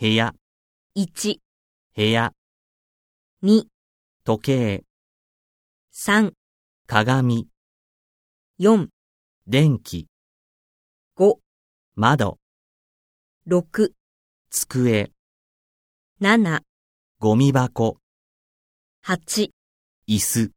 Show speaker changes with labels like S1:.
S1: 部屋、
S2: 1、
S1: 部屋、
S2: 2、
S1: 時計、
S2: 3、
S1: 鏡、
S2: 4、
S1: 電気、
S2: 5、
S1: 窓、
S2: 6、
S1: 机、
S2: 7、
S1: ゴミ箱、
S2: 8
S1: 椅子。